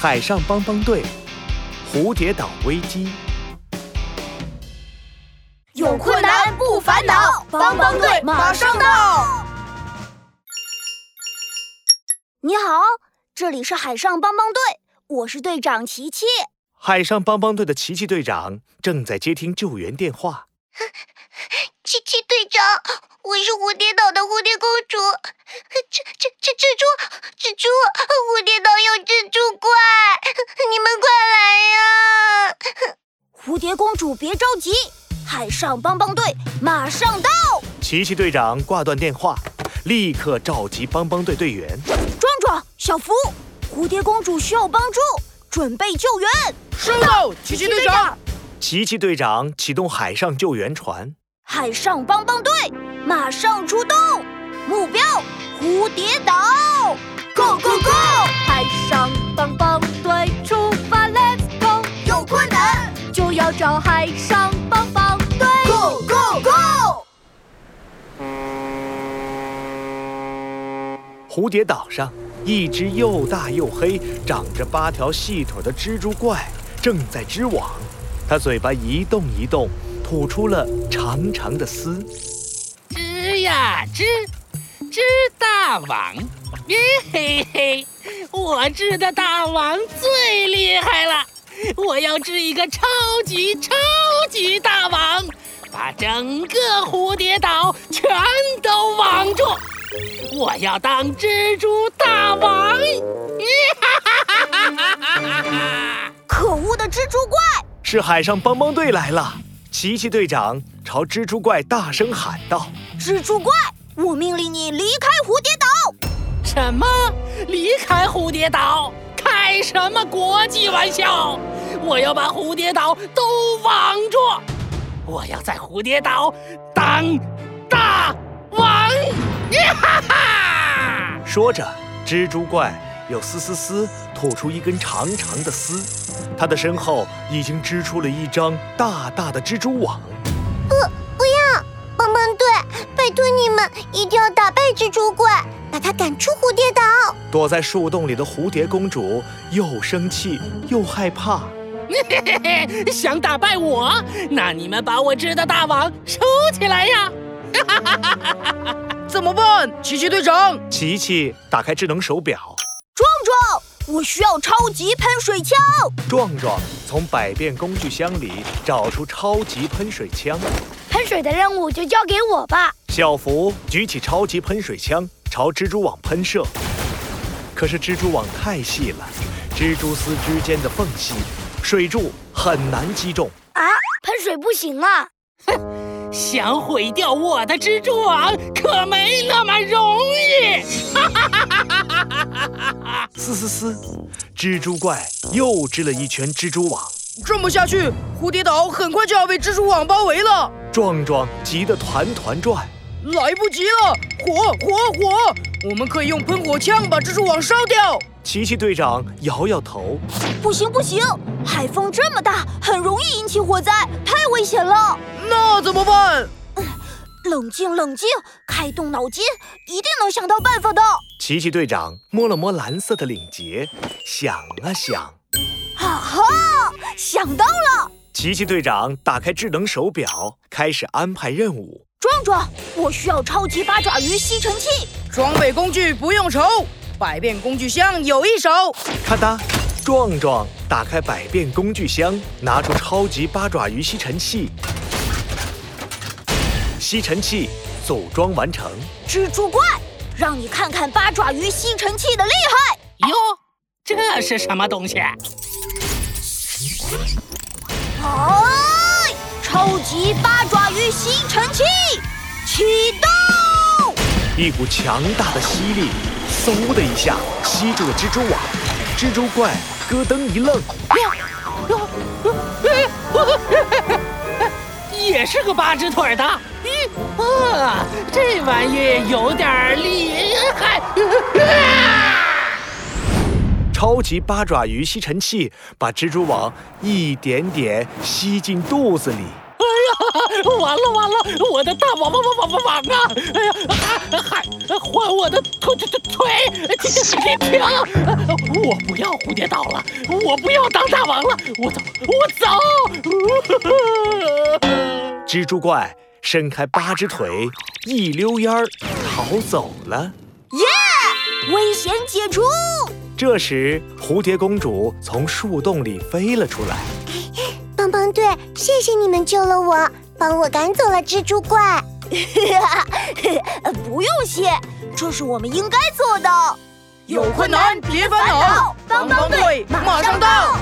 海上帮帮队，蝴蝶岛危机。有困难不烦恼，帮帮队马上到。你好，这里是海上帮帮队，我是队长琪琪。海上帮帮队的琪琪队长正在接听救援电话。琪琪队长，我是蝴蝶岛的蝴蝶公主，蜘蜘蜘蜘蛛蜘蛛，蝴蝶岛有蜘蛛怪，你们快来呀！蝴蝶公主别着急，海上帮帮队马上到。琪琪队长挂断电话，立刻召集帮帮队队员。壮壮、小福，蝴蝶公主需要帮助，准备救援。收到，奇奇队长。琪琪队长启动海上救援船，海上帮帮队马上出动，目标蝴蝶岛，Go Go Go！海上帮帮队出发，Let's go！有困难就要找海上帮帮队，Go Go Go！蝴蝶岛上，一只又大又黑、长着八条细腿的蜘蛛怪正在织网，它嘴巴一动一动，吐出了长长的丝。织呀织，织大网，耶嘿嘿！我织的大网最厉害了，我要织一个超级超级大网，把整个蝴蝶岛全都网住。我要当蜘蛛大王！可恶的蜘蛛怪！是海上帮帮队来了！琪琪队长朝蜘蛛怪大声喊道：“蜘蛛怪，我命令你离开蝴蝶岛！”什么？离开蝴蝶岛？开什么国际玩笑！我要把蝴蝶岛都网住！我要在蝴蝶岛当大王！哈哈！说着，蜘蛛怪又嘶嘶嘶吐出一根长长的丝，它的身后已经织出了一张大大的蜘蛛网。不，不要！帮帮队，拜托你们一定要打败蜘蛛怪，把它赶出蝴蝶岛。躲在树洞里的蝴蝶公主又生气又害怕。嘿嘿嘿，想打败我？那你们把我织的大网收起来呀！哈哈哈哈哈！怎么办，奇奇队长？琪琪打开智能手表，壮壮，我需要超级喷水枪。壮壮从百变工具箱里找出超级喷水枪。喷水的任务就交给我吧。小福举起超级喷水枪朝蜘蛛网喷射，可是蜘蛛网太细了，蜘蛛丝之间的缝隙，水柱很难击中。啊，喷水不行啊！哼。想毁掉我的蜘蛛网啊可没那么容易！嘶嘶嘶，蜘蛛怪又织了一圈蜘蛛网。这么下去，蝴蝶岛很快就要被蜘蛛网包围了。壮壮急得团团转，来不及了！火火火！我们可以用喷火枪把蜘蛛网烧掉。琪琪队长摇摇头，不行不行，海风这么大，很容易引起火灾，太危险了。那怎么办？冷静冷静，开动脑筋，一定能想到办法的。琪琪队长摸了摸蓝色的领结，想了想，哈啊哈，想到了！琪琪队长打开智能手表，开始安排任务。壮壮，我需要超级八爪鱼吸尘器，装备工具不用愁。百变工具箱有一手，咔哒！壮壮打开百变工具箱，拿出超级八爪鱼吸尘器。吸尘器组装完成。蜘蛛怪，让你看看八爪鱼吸尘器的厉害！哟，这是什么东西？哦，超级八爪鱼吸尘器启动！一股强大的吸力。嗖的一下，吸住了蜘蛛网，蜘蛛怪咯噔一愣，也是个八只腿的，咦啊，这玩意有点厉害！超级八爪鱼吸尘器把蜘蛛网一点点吸进肚子里，哎呀！完了完了，我的大王王王王王王啊！哎呀，还还我的腿腿腿腿！停停停！我不要蝴蝶岛了，我不要当大王了，我走，我走！蜘蛛怪伸开八只腿，一溜烟儿逃走了。危险解除，这时，蝴蝶公主从树洞里飞了出来。帮帮队，谢谢你们救了我，帮我赶走了蜘蛛怪。呃 不用谢，这是我们应该做的。有困难别烦恼，帮帮队马上到。